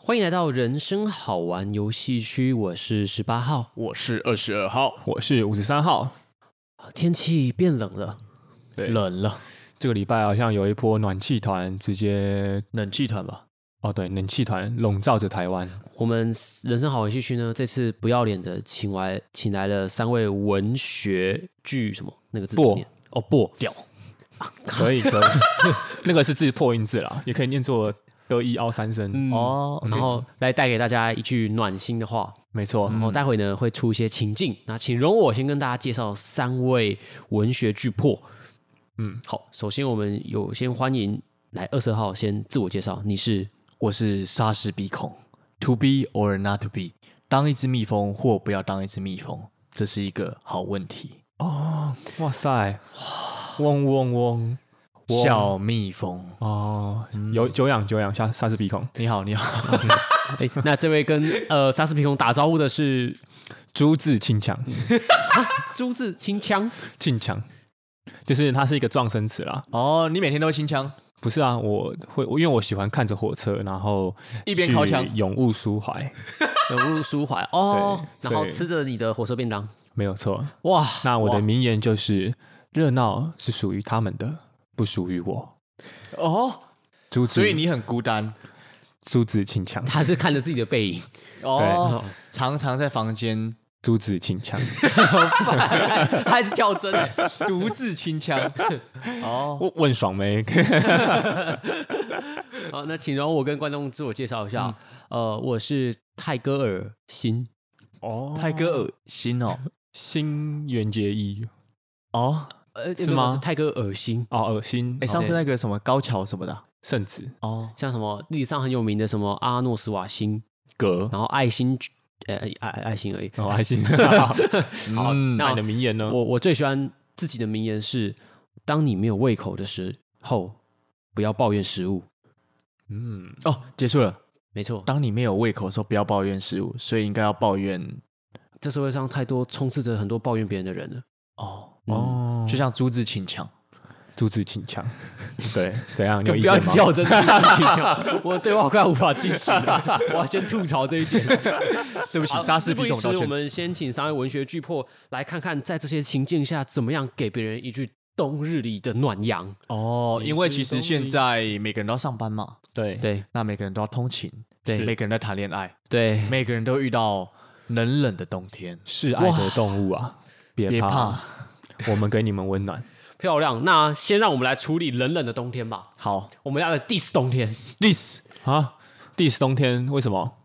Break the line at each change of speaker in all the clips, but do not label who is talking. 欢迎来到人生好玩游戏区，我是十八号。
我是二十二号，
我是五十三号。
天气变冷了，
对
冷了，
这个礼拜好像有一波暖气团直接
冷气团吧？
哦，对，冷气团笼罩着台湾。
我们人生好玩游戏区呢，这次不要脸的请来请来了三位文学剧什么那个字怎么
不
念哦不屌
可 以 可以，那个是字破音字啦，也可以念作得一凹三声。嗯
哦
嗯然后来带给大家一句暖心的话，
没错，
嗯
然后待会呢会出一些情境，那请容我先跟大家介绍三位文学巨破。嗯，好，首先我们有先欢迎来二十号先自我介绍，你是
我是莎士鼻孔，To be or not to be，当一只蜜蜂或不要当一只蜜蜂，这是一个好问题。
哦哇塞，嗡嗡嗡嗡
小蜜蜂，
哦，
嗯
有久仰久仰，莎莎士比孔，
你好，你 好，
哎，那这位跟呃莎士比孔打招呼的是
朱自清强，
朱自清腔，
清强，就是它是一个撞声词啦。
哦，你每天都清腔，
不是啊，我会我因为我喜欢看着火车，然后
一边烤墙
去永物抒怀，
融入抒怀哦，
对
然后
所以
吃着你的火车便当，
没有错。
哇，
那我的名言就是：热闹是属于他们的，不属于我。
哦，
朱子，
所以你很孤单，
朱子请强，
他是看着自己的背影，
哦，常常在房 间
朱子请强。
他还是较真哎。
独自清腔，哦，
我问爽没？
好，那请容我跟观众自我介绍一
嗯
下，呃，我是泰戈尔辛，
哦
泰戈尔心哦，
新元结衣
哦，
呃，
是
没有
吗
是泰戈尔辛，
哦，恶心。
哎，上次
哦
那个什么高桥什么的，啊
圣子
哦，
像什么历史上很有名的什么阿诺斯瓦辛，
格，
然后爱心，呃，爱爱心而已。
哦，爱心。 嗯好，
好，
那
那
你的名言呢？
我我最喜欢自己的名言是：当你没有胃口的时候，不要抱怨食物。
嗯，
哦，结束了。
没错，
当你没有胃口的时候，不要抱怨食物，所以应该要抱怨
这社会上太多充斥着很多抱怨别人的人了。嗯
哦，
哦，
就像朱自清强，
朱子请强。对，怎样？你有意见吗？
我真的 我对话快无法进行了，我要先吐槽这一点。
对不起
好，
莎士
事不
比
宜
孔道
迟，我
歉。
们先请三位文学巨破来看看，在这些情境下，怎么样给别人一句冬日里的暖阳。
哦，因为其
你
实
是
现在每个人都要上班嘛，
对，
对
那每个人都要通勤，
对
每个人在谈恋爱，
对，
每个人都遇到冷冷的冬天，
是爱的动物啊，别
别
怕
怕，，
我们给你们温暖。
漂亮。那先让我们来处理冷冷的冬天吧。
好
我们要来 diss 冬天。
，this
啊，diss 冬天为什么？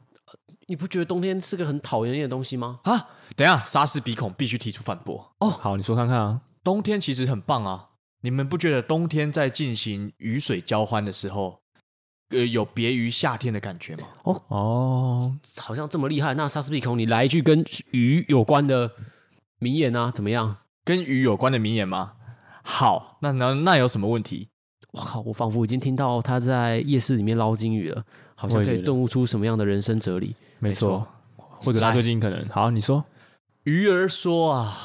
你不觉得冬天是个很讨人厌的东西吗？
啊，等一下，莎士比孔必须提出反驳。
哦，好，你说看看啊。
冬天其实很棒啊，你们不觉得冬天在进行雨水交欢的时候，呃，有别于夏天的感觉吗？
哦，
好像这么厉害，那莎士比孔，你来一句跟鱼有关的名言啊，怎么样？
跟雨有关的名言吗？好，那那那有什么问题？
我靠，我仿佛已经听到他在夜市里面捞金鱼了，好
我
像
也
可以
觉得
顿悟出什么样的人生哲理。
没错，或者他最近可能好，你说
鱼儿说啊，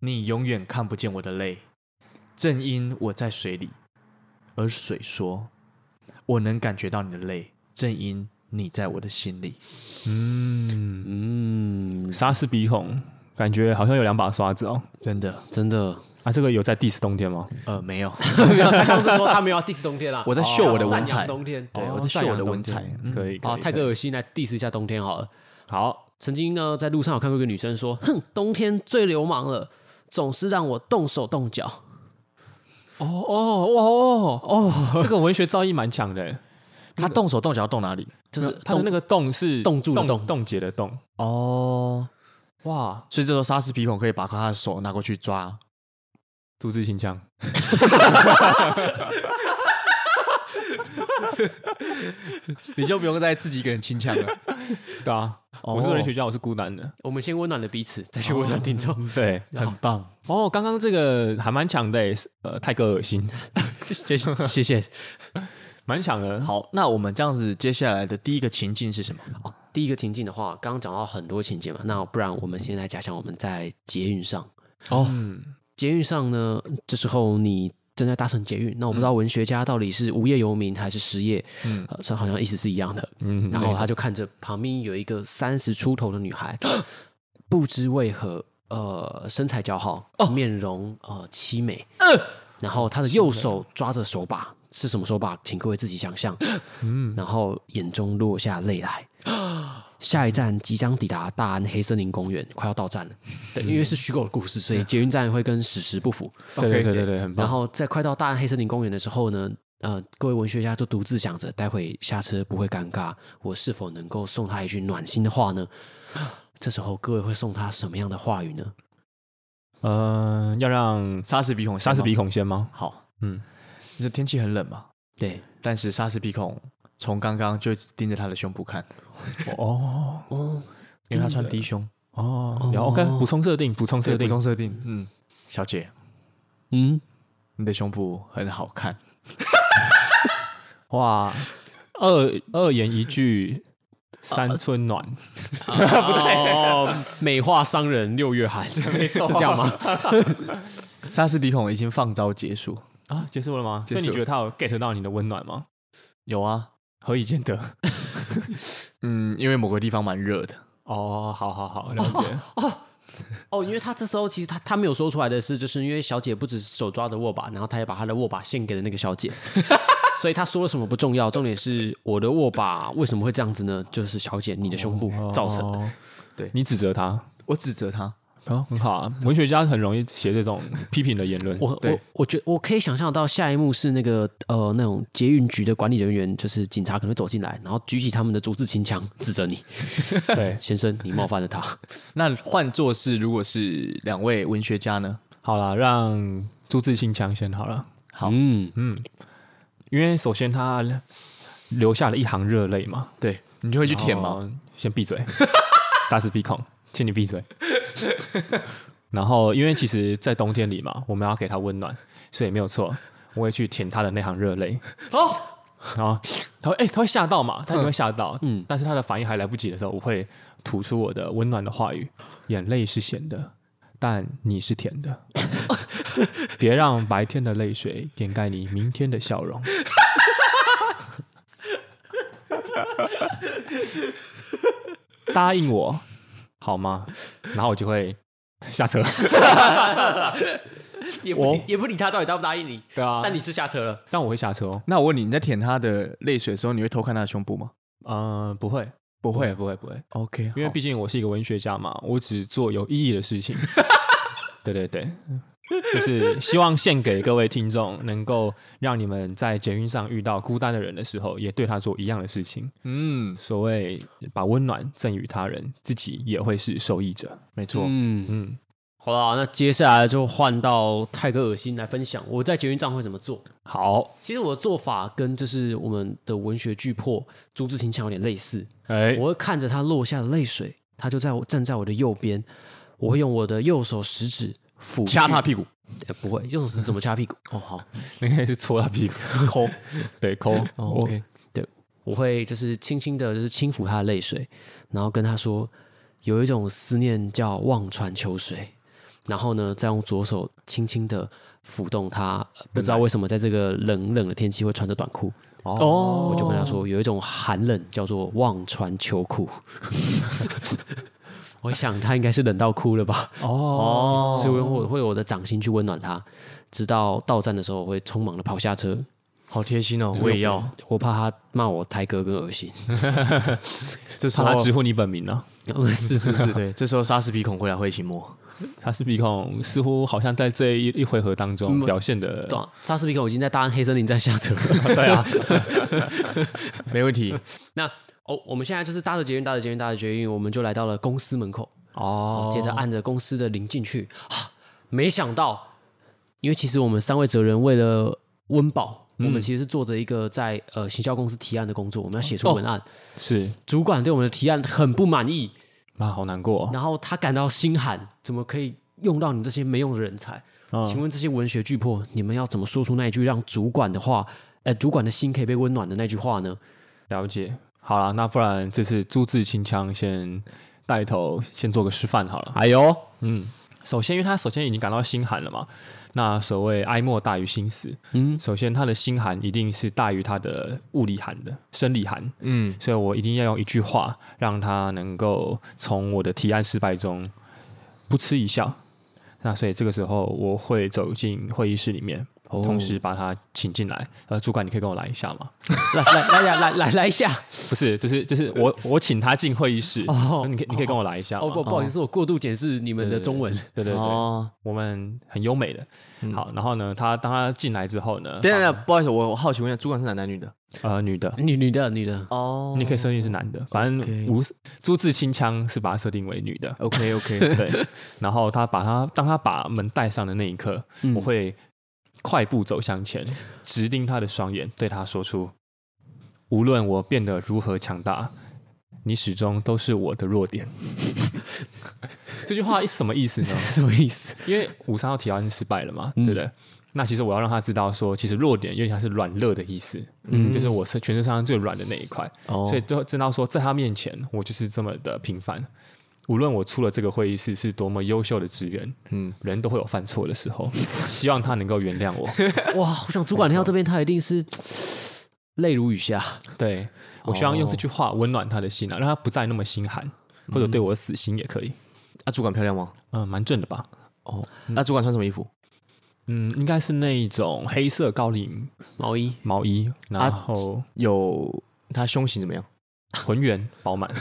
你永远看不见我的泪，正因我在水里；而水说，我能感觉到你的泪，正因你在我的心里。
嗯，
莎士比孔，感觉好像有两把刷子哦。
真的，
真的，
啊，这个有在 diss 冬天吗？
呃，没有，
没有，他刚刚是说他没有要 diss 冬天啦，
我在秀我的文
赞扬
采
冬天。
对，我
哦
在秀我
赞
的
扬
文
冬天
采。嗯
可以。
好，
可以
泰
可以
戈尔辛来 diss 一下冬天好了。
好，
曾经呢，在路上有看过一个女生说：“哼，冬天最流氓了，总是让我动手动脚。
哦哦哇哦哦，这个文学造诣蛮强的。
他动手动脚要动哪里？”
就是
他的那
个
个冻是
冻住的冻
冻结的冻。
哦，
哇，
所以这时候莎士比孔可以把他的手拿过去抓。
朱自清腔。
你就不用再自己一个人清腔 了。
对啊，
哦
我是文学家，我是孤男的。
我们先温暖了彼此，再
哦
去温暖听众。
对，
很棒。
哦，刚刚这个还蛮强的耶，是呃，泰戈尔 心，
谢谢 谢谢。
蛮强的。
好，那我们这样子，接下来的第一个情境是什么？
第一个情境的话，刚刚讲到很多情节嘛，那不然我们先来假想我们在捷运上，
哦，
捷运上呢，这时候你正在搭乘捷运。那我不知道文学家到底是无业游民还是失业，嗯，这、好像意思是一样的。
嗯
然后他就看着旁边有一个三十出头的女孩，不知为何，呃，身材姣好，面容呃凄美，然后她的右手抓着手把，是什么手把？请各位自己想象。嗯，然后眼中落下泪 来。下一站即将抵达大安黑森林公园，快要到站了。对，因为是虚构的故事，所以捷运站会跟史实不符。
对对对对对，很
然
棒。
后在快到大安黑森林公园的时候呢，呃，各位文学家就独自想着，待会下车不会尴尬，我是否能够送他一句暖心的话呢？ 这时候各位会送他什么样的话语呢？
呃，要让
杀死鼻孔，
莎士比。孔先吗？
好，
嗯，
这天气很冷嘛，
对，
但是莎士比孔从刚刚就一直盯着他的胸部看，
哦
哦，
因为他穿低胸。
哦，然后 OK，补充设定，补充设
对，
定
补，充设定，嗯，小姐，
嗯，
你的胸部很好看，
哇，二二言一句，三春暖，
不对，嗯哦，美化商人六月寒， 没错，是这样吗？
莎士比孔已经放招结束。
啊，结束了吗？
结
所以你
束
觉得他有 get 到你的温暖吗？
有啊，
何以见得？
嗯，因为某个地方蛮热的，
哦，好好好，了解。
哦，因为他这时候其实他他没有说出来的是，就是因为小姐不只是手抓着握把，然后他也把他的握把献给了那个小 姐，所以他说了什么不重要，重点是我的握把为什么会这样子呢？就是小姐你的胸部造成的。
哦
对
你指责他，
我指责他，
哦，很好啊。文学家很容易写这种批评的言论。
我我
对
我觉我可以想象到下一幕是那个呃那种捷运局的管理人员，就是警察可能会走进来，然后举起他们的竹制琴枪指责你，
对，
先生你冒犯了他。
那换作是如果是两位文学家呢？
好了，让朱自清抢先好了，
好
嗯，
因为首先他流下了一行热泪嘛，
对你就会去舔吗？
然后哦先闭嘴， 杀死鼻孔， 请你闭嘴。然后，因为其实，在冬天里嘛，我们要给它温暖，所以没有错，我会去舔它的那行热泪。哦，然后它会，哎、它会吓到嘛？它一定会吓到，嗯。但是它的反应还来不及的时候，我会吐出我的温暖的话 语：眼泪是咸的，但你是甜的。 别让白天的泪水掩盖你明天的笑容。答应我好吗？然后我就会下车。
也
不理
也不理他到底答不答应你，
对啊，
你是下车了。
但我会下车哦。
那我问你，你在舔他的泪水的时候，你会偷看他的胸部吗？
呃，不会，
不
不会，。不会，不会，
OK，
因为毕竟我是一个文学家嘛，我只做有意义的事情。 对对对，就是希望献给各位听众，能够让你们在捷运上遇到孤单的人的时候，也对他做一样的事情。
嗯，
所谓把温暖赠予他人，自己也会是受益者。
没错，
嗯，
嗯，
好啦，那接下来就换到泰哥恶心来分享我在捷运站会怎么做。
好，
其实我的做法跟就是我们的文学巨破朱自清强有点类似，
哎，
我会看着他落下的泪水，他就在我站在我的右边，我会用我的右手食指抚去
掐他屁股。
呃不会，右手食指怎么掐屁股？
哦，好，
那个 是戳他屁股， 抠，对，抠。
哦
我
，OK，
我会就是轻轻的，就是轻抚他的泪水，然后跟他说，有一种思念叫望穿秋水。然后呢，再用左手轻轻的抚动他，呃不知道为什么在这个冷冷的天气会穿着短裤。
哦，
我就跟他说，有一种寒冷叫做望穿秋裤。 我想他应该是冷到哭了吧，
哦，
所以我用我会有我的掌心去温暖他，直到到站的时候，我会匆忙的跑下车，
好贴心哦，我也要。
我怕他骂我台哥跟恶心。
这时
怕他
候
直呼你本名啊呢、
是是是，对，这时候莎士比孔会来会心摸。
他是鼻孔似乎好像在这一一回合当中表现的，
对啊，莎士比克已经在大安黑森林站下车 了。
对啊，
没问题。
哦，我们现在就是搭着捷运，搭着捷运，搭着捷运，我们就来到了公司门口，
哦，
接着按着公司的铃进去。啊，没想到，因为其实我们三位哲人为了温饱，我们其实是做着一个在呃行销公司提案的工作，我们要写出文案。
是
主管对我们的提案很不满意，
啊，好难过、
然后他感到心寒，怎么可以用到你这些没用的人才？
哦。
请
嗯，
问这些文学巨破，你们要怎么说出那一句让主管的话，呃，主管的心可以被温暖的那句话呢？
了解。好了，那不然这次朱自清腔先带头先做个示范好了。
哎呦，
首先，因为他首先已经感到心寒了嘛，那所谓哀莫大于心死，
嗯，
首先它的心寒一定是大于它的物理寒的生理寒，
嗯，
所以我一定要用一句话让他能够从我的提案失败中不嗤一笑。那所以这个时候我会走进会议室里面，
哦
同时把他请进来。呃，主管，你可以跟我来一下吗？
来来来来来来来一下，
不是，就是就是我我请他进会议室，
哦
你可以你可以跟我来一下吗
哦不不好意思，我过度检视你们的中文，
对对对，
哦，
我们很优美的。
嗯
好，然后呢，他当他进来之后呢，
等一下等一下，不好意思，我我好奇问一下，主管是男男女的？
呃，女的，
女女的女的，
哦
你可以设定是男的，反正
OK
无朱自清腔是把它设定为女的。
，OK OK，
对，然后他把他当他把门带上的那一刻，
嗯
我会快步走向前，直盯他的双眼，对他说出：无论我变得如何强大，你始终都是我的弱点。 这句话是什么意思 呢？
什么意思？
因为五三要提案失败了嘛，
嗯
对不对？那其实我要让他知道说，其实弱点有点像是软弱的意思，嗯，就是我是全身上下最软的那一块。
哦
所以就知道说，在他面前，我就是这么的平凡。无论我出了这个会议室是多么优秀的职员，嗯
嗯，
人都会有犯错的时候。希望他能够原谅我。
哇，我想主管听到这边，他一定是泪如雨下。
对我希望用这句话温暖他的心啊，让他不再那么心寒，或者对我死心也可以。
啊，主管漂亮吗？
嗯，蛮正的吧？
哦，那主管穿什么衣服？
嗯，应该是那一种黑色高领
毛衣，
毛衣，然后
有他胸型怎么样？
浑圆饱满。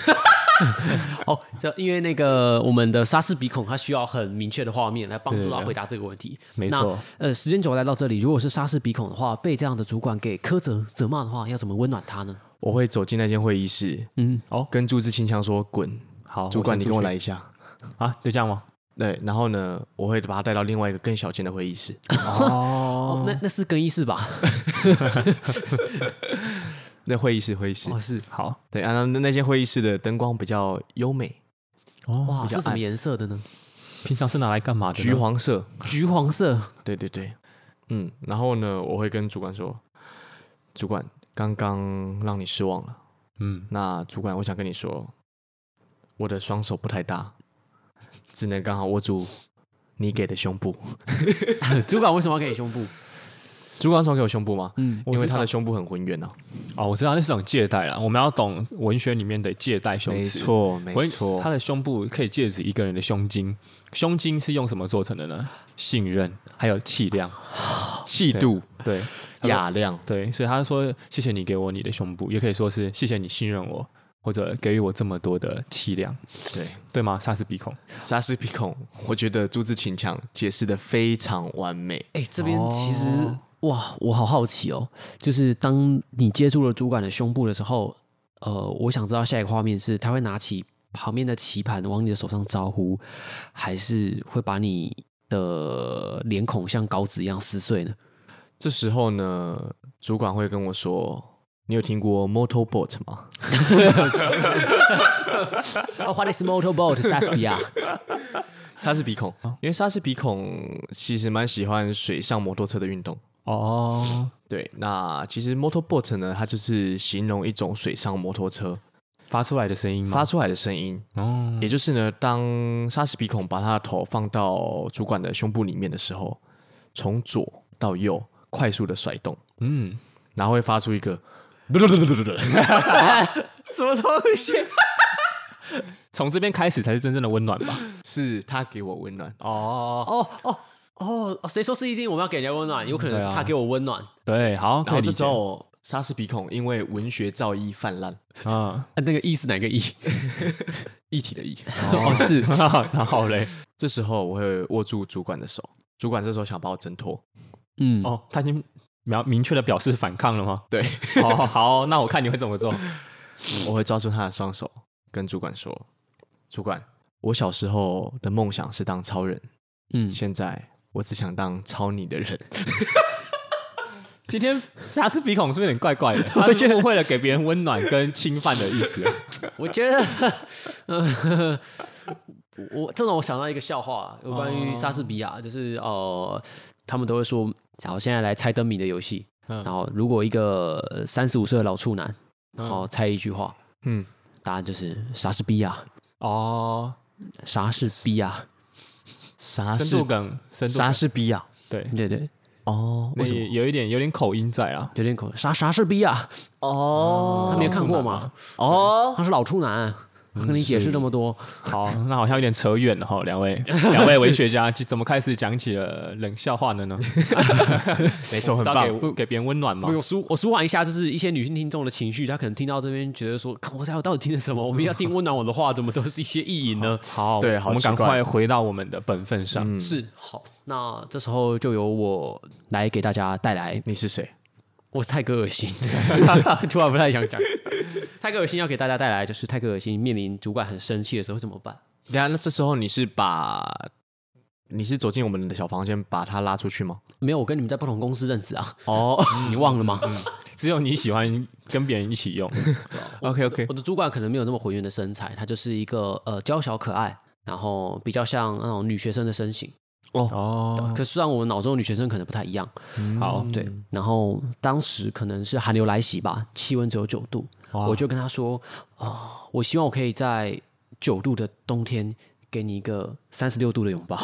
哦，这因为那个我们的莎士比孔，他需要很明确的画面来帮助
对
他
对
回答这个问题。
没
那
错，
呃，时间久了来到这里，如果是莎士比孔的话，被这样的主管给苛责、责骂的话，要怎么温暖他呢？
我会走进那间会议室，
嗯，
跟朱自清腔说滚，
好，
主管你
先出
跟哦我
去
来一下。
啊，就这样吗？
对，然后呢，我会把他带到另外一个更小间的会议室。
哦，那那是更衣室吧？
那会议室，会议室，
哦，是，
好，
对，啊，那那间会议室的灯光比较优美，
哦，
哇，是什么颜色的呢？
平常是拿来干嘛的呢？
橘黄色。
橘黄色。
对对对，嗯，然后呢，我会跟主管说，主管，刚刚让你失望了。
嗯，
那主管，我想跟你说，我的双手不太大，只能刚好握住你给的胸部。
主管为什么要给你胸部？
主管手给我胸部吗？
嗯，
因为他的胸部很浑圆啊。
哦，我知道那是种借贷啦，我们要懂文学里面的借贷修
没
辞。
错，
文
没错
他。的胸部可以借指一个人的胸襟，胸襟是用什么做成的呢？信任还有气 量，
气度、
对
雅量，
对，所以他说谢谢你给我你的胸部，也可以说是谢谢你信任我，或者给予我这么多的气量，
对，
对吗？莎士比孔，
莎士比孔，我觉得朱自勤强解释的非常完美。
哎、这边其实、哇，我好好奇哦，就是当你接触了主管的胸部的时候，呃，我想知道下一个画面是他会拿起旁边的棋盘往你的手上招呼，还是会把你的脸孔像稿纸一样撕 碎呢？
这时候呢，主管会跟我说：“你有听过 motorbot 吗
哦、w h a t is motorboat，莎士比亚？？”
莎士比孔，因为莎士比孔其实蛮喜欢水上摩托车的运动。
哦，
对，那其实 motorbot 呢，它就是形容一种水上摩托车
发出来的声音吗？
发出来的声音，
哦，
也就是呢，当莎士比孔把他的头放到主管的胸部里面的时候，从左到右快速的甩动，
嗯，
然后会发出一个
什么东西？
从这边开始才是真正的温暖吧？
是他给我温暖。
哦，
哦哦 哦，谁说是一定我们要给人家温暖？有可能是
对啊
他给我温暖。嗯啊
对，好，
然
可以
后
理
这
解
时。候莎士比孔因为文学造诣泛滥，
嗯，
那个意是哪个意？
一体的意，
哦，是
然后嘞，
这时候我会握住主管的手，主管这时候想把我挣脱，
嗯
哦，他已经描明确的表示反抗了吗？
对，
好好，那我看你会怎么做。
我会抓住他的双手，跟主管说：“主管，我小时候的梦想是当超人，
嗯，
现在我只想当超你的人。
今天瑕疵鼻孔是不是有点怪怪的？ 他是误会了给别人温暖跟侵犯的意思。
我觉得， 呃，我这种我想到一个笑话啊，有关于莎士比亚，就是呃，他们都会说，好，现在来猜灯谜的游戏。
嗯
然后，如果一个呃三十五岁的老处男，然后猜一句话，”
嗯，
答案就是莎士比亚，
哦，
莎士比亚。
莎
深
士
度梗，深度
莎士比亚，
对，
对对，
啊哦
那也有一点有点口音在啊。
有点口啥啥是逼啊？
哦
他没有看过吗？
哦，
他是老处男，我跟你解释这么多，
好，那好像有点扯远了哈，两 位两位文学家怎么开始讲起了冷笑话了呢？
没错，很
是
棒
要。给给别人温暖嘛
我。有舒我舒缓一下，就是一些女性听众的情绪，她可能听到这边觉得说， 看我在我到底听了什么？我们要听温暖我的话，怎么都是一些意淫呢？
好，
对好
我们赶
奇怪嗯
快回到我们的本分上。
是好，那这时候就由我来给大家带来，
你是谁？
我是泰戈尔星，突然不太想讲。泰戈尔星要给大家带来，就是泰戈尔星面临主管很生气的时候怎么办？
等一下，那这时候你是把你是走进我们的小房间，把他拉出去吗？
没有，我跟你们在不同公司认识啊，
哦
你忘了吗？
只有你喜欢跟别人一起用，
，OK OK，
我的主管可能没有这么浑圆的身材，她就是一个呃娇小可爱，然后比较像那种女学生的身形。
哦，
可是虽然我们脑中的女学生可能不太一样，
嗯
好，
对。然后当时可能是寒流来袭吧，气温只有九度，
哇
我就跟她说啊、我希望我可以在九度的冬天给你一个三十六度的拥抱。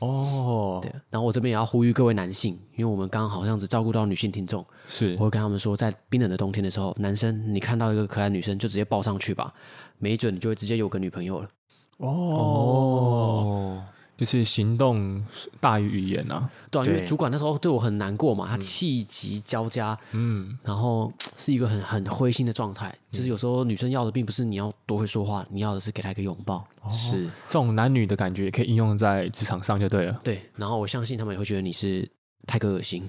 哦，
对，然后我这边也要呼吁各位男性，因为我们刚刚好像只照顾到女性听众，
是
我会跟他们说，在冰冷的冬天的时候，男生你看到一个可爱女生就直接抱上去吧，没准你就会直接有个女朋友了。
哦，就是行动大于语言啊。
对、啊，因为
对
主管那时候对我很难过嘛，他气急交加，
嗯，
然后是一个很很灰心的状态。就是有时候女生要的并不是你要多会说话，你要的是给她一个拥抱。
是
这种男女的感觉也可以应用在职场上就对了。
对，然后我相信他们也会觉得你是太个恶心。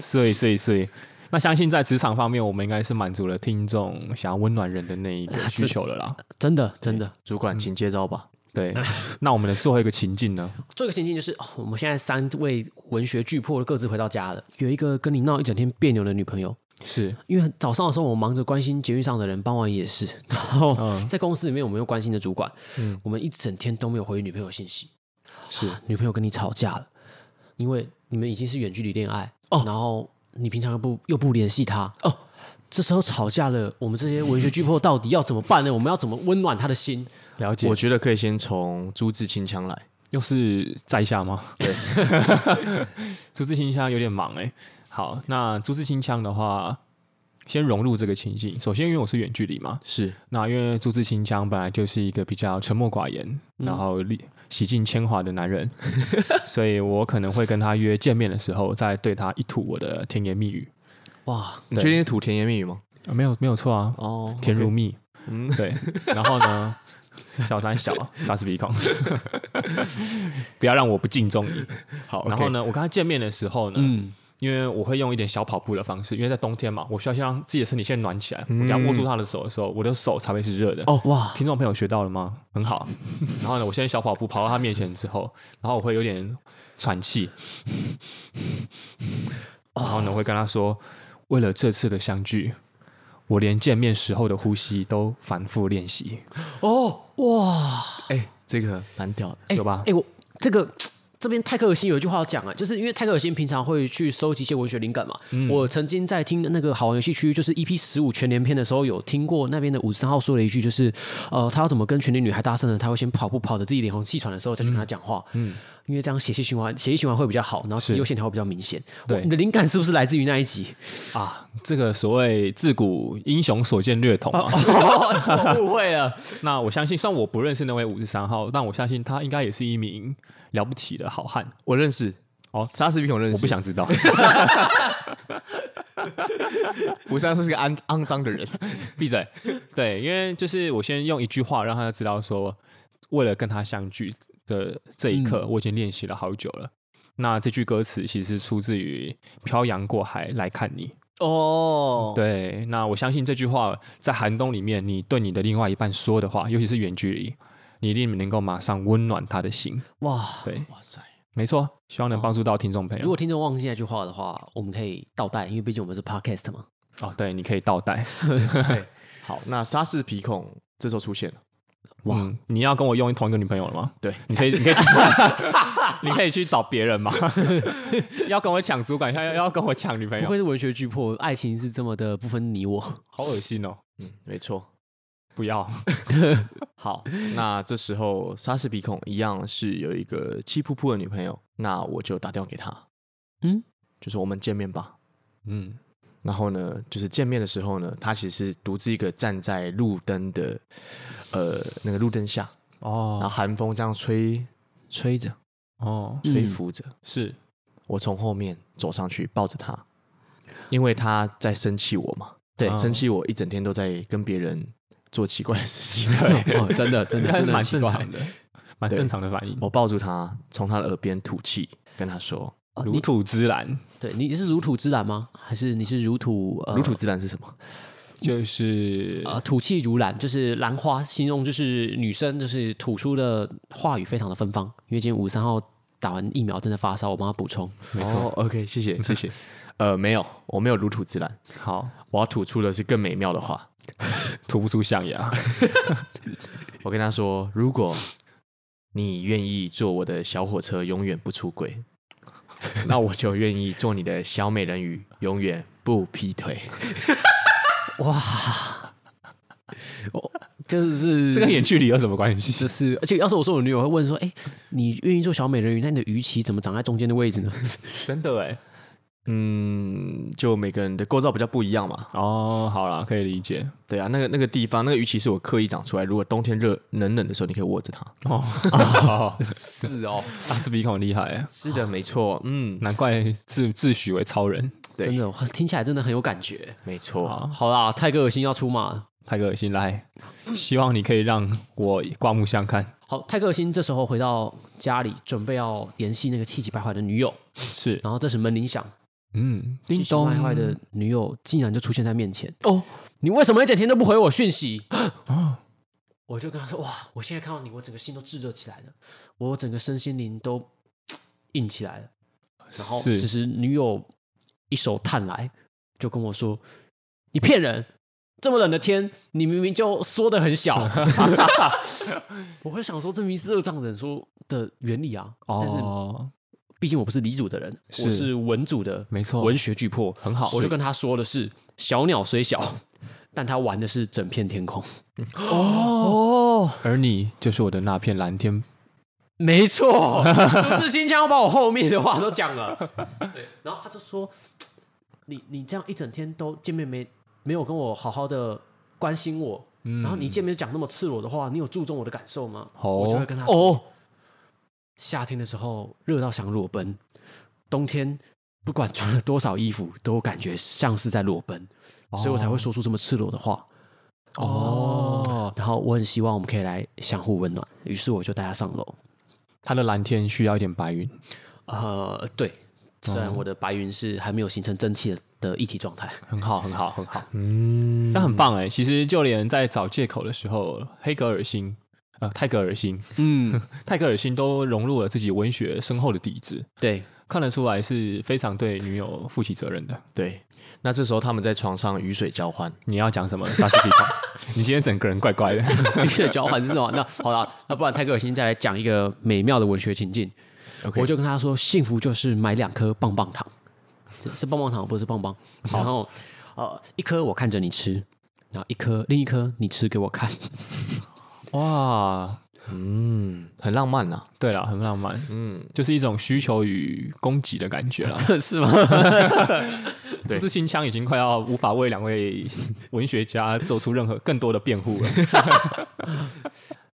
所以，所以，所以，那相信在职场方面，我们应该是满足了听众想要温暖人的那一个需求了啦。
真的，真的，
主
嗯
管，请接招吧。
对，那我们的最后一个情境呢？
这个情境就是，哦我们现在三位文学巨破各自回到家了，有一个跟你闹一整天别扭的女朋友，
是
因为早上的时候我忙着关心捷运上的人，傍晚也是，然后
嗯
在公司里面我们又关心的主管，我们一整天都没有回女朋友信息，
是
女朋友跟你吵架了，因为你们已经是远距离恋爱哦，然后你平常又不又不联系她哦，这时候吵架了，我们这些文学巨破到底要怎么办呢？我们要怎么温暖她的心？
了解
我，觉得可以先从朱自清腔来。
又是在下吗？对， 朱自清腔有点忙哎、好，那朱自清腔的话，先融入这个情境。首先，因为我是远距离嘛，
是
那因为朱自清腔本来就是一个比较沉默寡言，然后历洗尽铅华的男 人，所以我可能会跟他约见面的时候，再对他一吐我的甜言蜜语。
哇，
你确定是吐甜言蜜语吗？
啊没有没有错啊，
哦
甜如蜜。嗯，对。然后呢，小三 小莎士比孔，不要让我不敬重你。
好
然后？呢，我跟他见面的时候呢，嗯，因为我会用一点小跑步的方式，因为在冬天嘛，我需要先让自己的身体先暖起来。我要握住他的手的时候，我的手才会是热的。
哦
哇，
听众朋友学到了吗？很好。然后呢，我先小跑步跑到他面前之后，然后我会有点喘气，然后呢，我会跟他说，为了这次的相聚，我连见面时候的呼吸都反复练习，
OK 哎，这个蛮屌的。
有吧
哎、？我这个这边泰克尔星有一句话要讲啊，就是因为泰克尔星平常会去收集一些文学灵感嘛。我曾经在听那个好玩游戏区，就是 EP 十五全联篇的时候，有听过那边的五十三号说了一句，就是呃，他要怎么跟全联女孩搭讪呢？他会先跑步跑的自己脸红气喘的时候再去跟她讲话。嗯。因为这样血液循环，血液循环会比较好，然后肌肉线条会比较明显。
对
哇你的灵感是不是来自于那一集？
啊，这个所谓自古英雄所见略同啊。
我误会 了。
那我相信，虽然我不认识那位五十三号，但我相信他应该也是一名了不起的好汉。
我认识
哦
莎士比孔认识。
我不，想知道。
吴三是个肮肮脏的人。
闭嘴。对，因为就是我先用一句话让他知道说，为了跟他相聚的这一
嗯
刻，我已经练习了好久了。那这句歌词其实是出自于《漂洋过海来看你》。
哦，
对，那我相信这句话在寒冬里面，你对你的另外一半说的话，尤其是远距离，你一定能够马上温暖他的心。
哇！
对，
哇塞，
没错，希望能帮助到听众朋
哦如
友
果。听众忘记那句话的话，我们可以倒带，因为毕竟我们是 podcast 嘛。
哦，对，你可以倒带。
好，那莎士比孔这时候出现了。
哇、你要跟我用同一个女朋友了吗？
对，
你可以，你可以去， 你可以去找别人嘛。 要跟我抢主管，要要要跟我抢女朋
不
友，
愧是文学巨破，爱情是这么的不分你我。
好恶心哦！
嗯，没错。
不要，
好，那这时候莎士比孔一样是有一个气扑扑的女朋友，那我就打电话给他，
嗯，
就是我们见面吧。
嗯，
然后呢，就是见面的时候呢，他其实是独自一个站在路灯的，呃，那个路灯下，然后
哦
寒风这样吹吹着，
哦，
吹拂着。
是
我从后面走上去，抱着他，因为他在生气我嘛，对，
啊
哦
生气我一整天都在跟别人做奇怪的事情。
哦，真的真的
还
真的
是蛮
很奇
正
怪
常的，蛮
对
正常的反应。
我抱住他，从他的耳边吐气，跟他说
哦
如
你
土之兰，
对你是如土之然吗？还是你是如土：“呃
如土之然是什么
就是
啊、吐气如兰，就是兰花，形容就是女生就是吐出的话语非常的芬芳。因为今天五十三号打完疫苗真的发烧，我帮他补充。？”
没错、o k 哦谢谢谢谢。呃，没有，我没有如土之然，
好，
我要吐出的是更美妙的话。
吐不出象牙。
我跟他说，如果你愿意坐我的小火车，永远不出 轨，那我就愿意做你的小美人鱼，永远不劈腿。
就是
这跟远距离有什么关
就
系？
是，而且要是我说我女友会问说，哎、你愿意做小美人鱼，那你的鱼鳍怎么长在中间的位置呢？
真的哎。
嗯，就每个人的构造比较不一样嘛。
哦，好啦，可以理解。
对啊，那个那个地方，那个鱼鳍是我刻意长出来。如果冬天热冷冷的时候，你可以握着它。
哦，
是哦，
阿斯比孔很厉害欸，
是的，没错，嗯，
难怪自自诩为超人，
对
真的，我听起来真的很有感觉。
没错。
好
好啦，泰戈尔星要出马了。
泰戈尔辛来，哎希望你可以让我刮目相看。
好，泰克星这时候回到家里，准备要联系那个气急败坏的女友，
是，
然后这时门铃响，
嗯，
气
叮
急败
咚，
坏的女友竟然就出现在面前。
哦，
你为什么一整天都不回我讯息？
哦
我就跟他说，哇，我现在看到你，我整个心都炙热起来了，我整个身心灵都硬起来了。然后
是
此时女友一手探来，就跟我说：“你骗人！这么冷的天，你明明就缩的很小。” 我会想说，这明明是热胀冷缩的原理啊。但是
哦，
毕竟我不是理组的人，
是
我是文组的，
没错
文学巨破很
好
我就跟他说的是：小鸟虽小，但它玩的是整片天空。哦，
而你就是我的那片蓝天。
没错， 朱自清将要把我后面的话都讲 了。对，然后他就说：“你你这样一整天都见面没没有跟我好好的关心我，然后你一见面就讲那么赤裸的话，你有注重我的感受吗？”
嗯哦
我就会跟他说：“
哦，
夏天的时候热到想裸奔，冬天不管穿了多少衣服，都感觉像是在裸奔，所以我才会说出这么赤裸的话。”
哦，
然后我很希望我们可以来相互温暖，于是我就带他上楼。
它的蓝天需要一点白云。
呃，对，虽然我的白云是还没有形成蒸汽的的一体状态，
很好，很好，很好。嗯，那很棒哎。其实就连在找借口的时候，黑格尔辛，呃，泰戈尔辛，
嗯，
泰戈尔辛都融入了自己文学深厚的底子，
对，
看得出来是非常对女友负起责任的。
对。那这时候他们在床上雨水交换，
你要讲什么？莎士比孔， 你今天整个人怪怪的。
冰雪交换是什么？那好啦，那不然泰戈尔先再来讲一个美妙的文学情境。
OK
我就跟他说，幸福就是买两颗棒棒糖，是是棒棒糖，不是棒棒。然后呃，一颗我看着你吃，然后一颗另一颗你吃给我看。
哇，
嗯，很浪漫呐、
对了，很浪漫，嗯，就是一种需求与供给的感觉啦。
是 吗？
这支清腔已经快要无法为两位文学家做出任何更多的辩护了。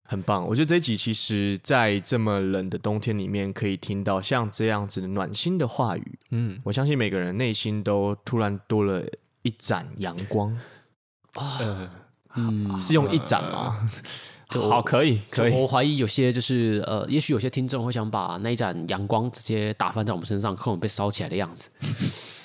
很棒，我觉得这一集其实，在这么冷的冬天里面，可以听到像这样子的暖心的话语。
嗯，
我相信每个人内心都突然多了一盏阳光，
呃，
嗯，
是用一盏吗？
好，可以，可以。
我怀疑有些就是呃，也许有些听众会想把那一盏阳光直接打翻在我们身上，看我们被烧起来的样子。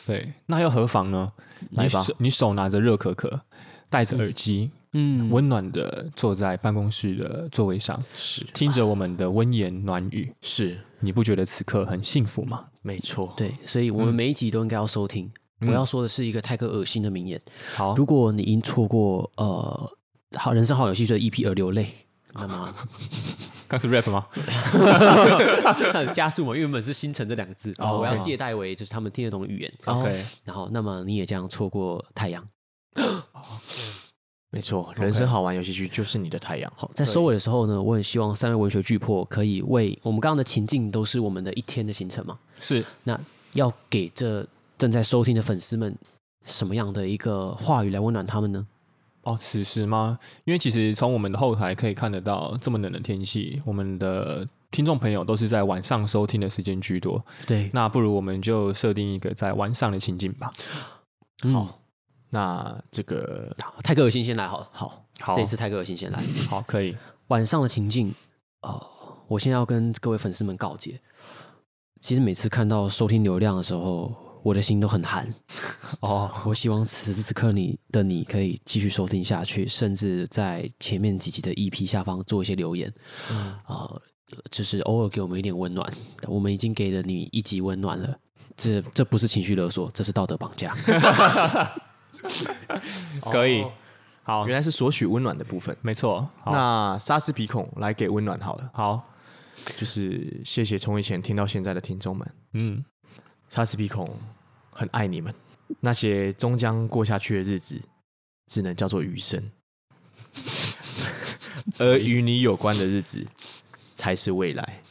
对，那又何妨呢？
来吧
你手你手拿着热可可，戴着耳机，
嗯，
温暖的坐在办公室的座位上，
呃是
听着我们的温言暖语，
是，
你不觉得此刻很幸福吗？
没错。
对，所以我们每一集都应该要收听。我要说的是一个泰戈恶心的名言：
好，
如果你因错过呃好人生好游戏 E 的 EP 而流泪，那么
刚是 rap 吗？
加速嘛，因为原本是星辰这两个字，
哦
我要
OK
借代为就是他们听得懂的语言。
哦
OK
然后，那么你也将错过太阳。
没错，人生好玩游戏区就是你的太阳。
好，在收尾的时候呢，我很希望三位文学巨破可以为我们刚刚的情境都是我们的一天的行程嘛，
是
那要给这正在收听的粉丝们什么样的一个话语来温暖他们呢？
哦，此时吗？因为其实从我们的后台可以看得到，这么冷的天气，我们的听众朋友都是在晚上收听的时间居多。
对，
那不如我们就设定一个在晚上的情境吧。
好，
那这个
泰戈尔新先来嗯好了，
好，
好
这一次泰戈尔新先来。
好，可以。
晚上的情境，呃，我现在要跟各位粉丝们告诫，其实每次看到收听流量的时候，我的心都很寒。
哦，
我希望此时此刻你的你可以继续收听下去，甚至在前面几集的 EP 下方做一些留言，呃，就是偶尔给我们一点温暖。我们已经给了你一集温暖了，这这不是情绪勒索，这是道德绑架。
可以。好，
原来是索取温暖的部分。
没错。好，
那莎士比孔来给温暖好了，
好，
就是谢谢从以前听到现在的听众们，
嗯，
莎士比孔很爱你们。那些终将过下去的日子，只能叫做余生，而与你有关的日子才是未来。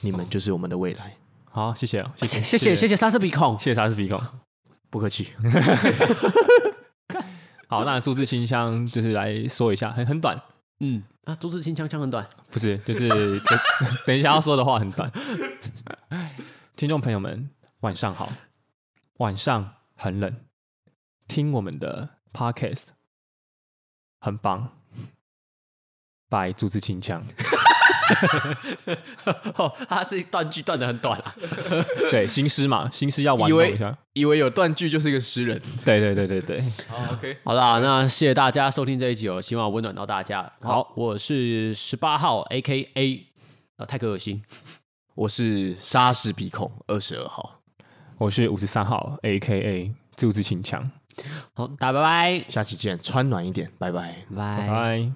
你们就是我们的未来，
好，谢谢哦，谢谢，
谢谢谢谢莎士比孔，
谢谢莎士比孔。
不客气。
好，那朱自清香就是来说一下，很很短，
嗯啊，朱自清枪枪很短，
不是，就是等等一下要说的话很短。 听众朋友们，晚上好，晚上很冷，听我们的 podcast 很棒。拜朱自清腔，
哦，他是断句断的很短啊。
对新诗嘛，新诗要玩
以
弄
为
一下，
以为有断句就是一个诗人。
对对对对对，
好，OK。
好啦，那谢谢大家收听这一集哦，希望温暖到大家。好，我是十八号 A K A 呃泰戈尔星，
我是莎士比孔二十二号，
我是五十三号，A K A 朱自清腔，
好，大家拜
下期见，穿暖一点，拜拜。
拜，拜
拜。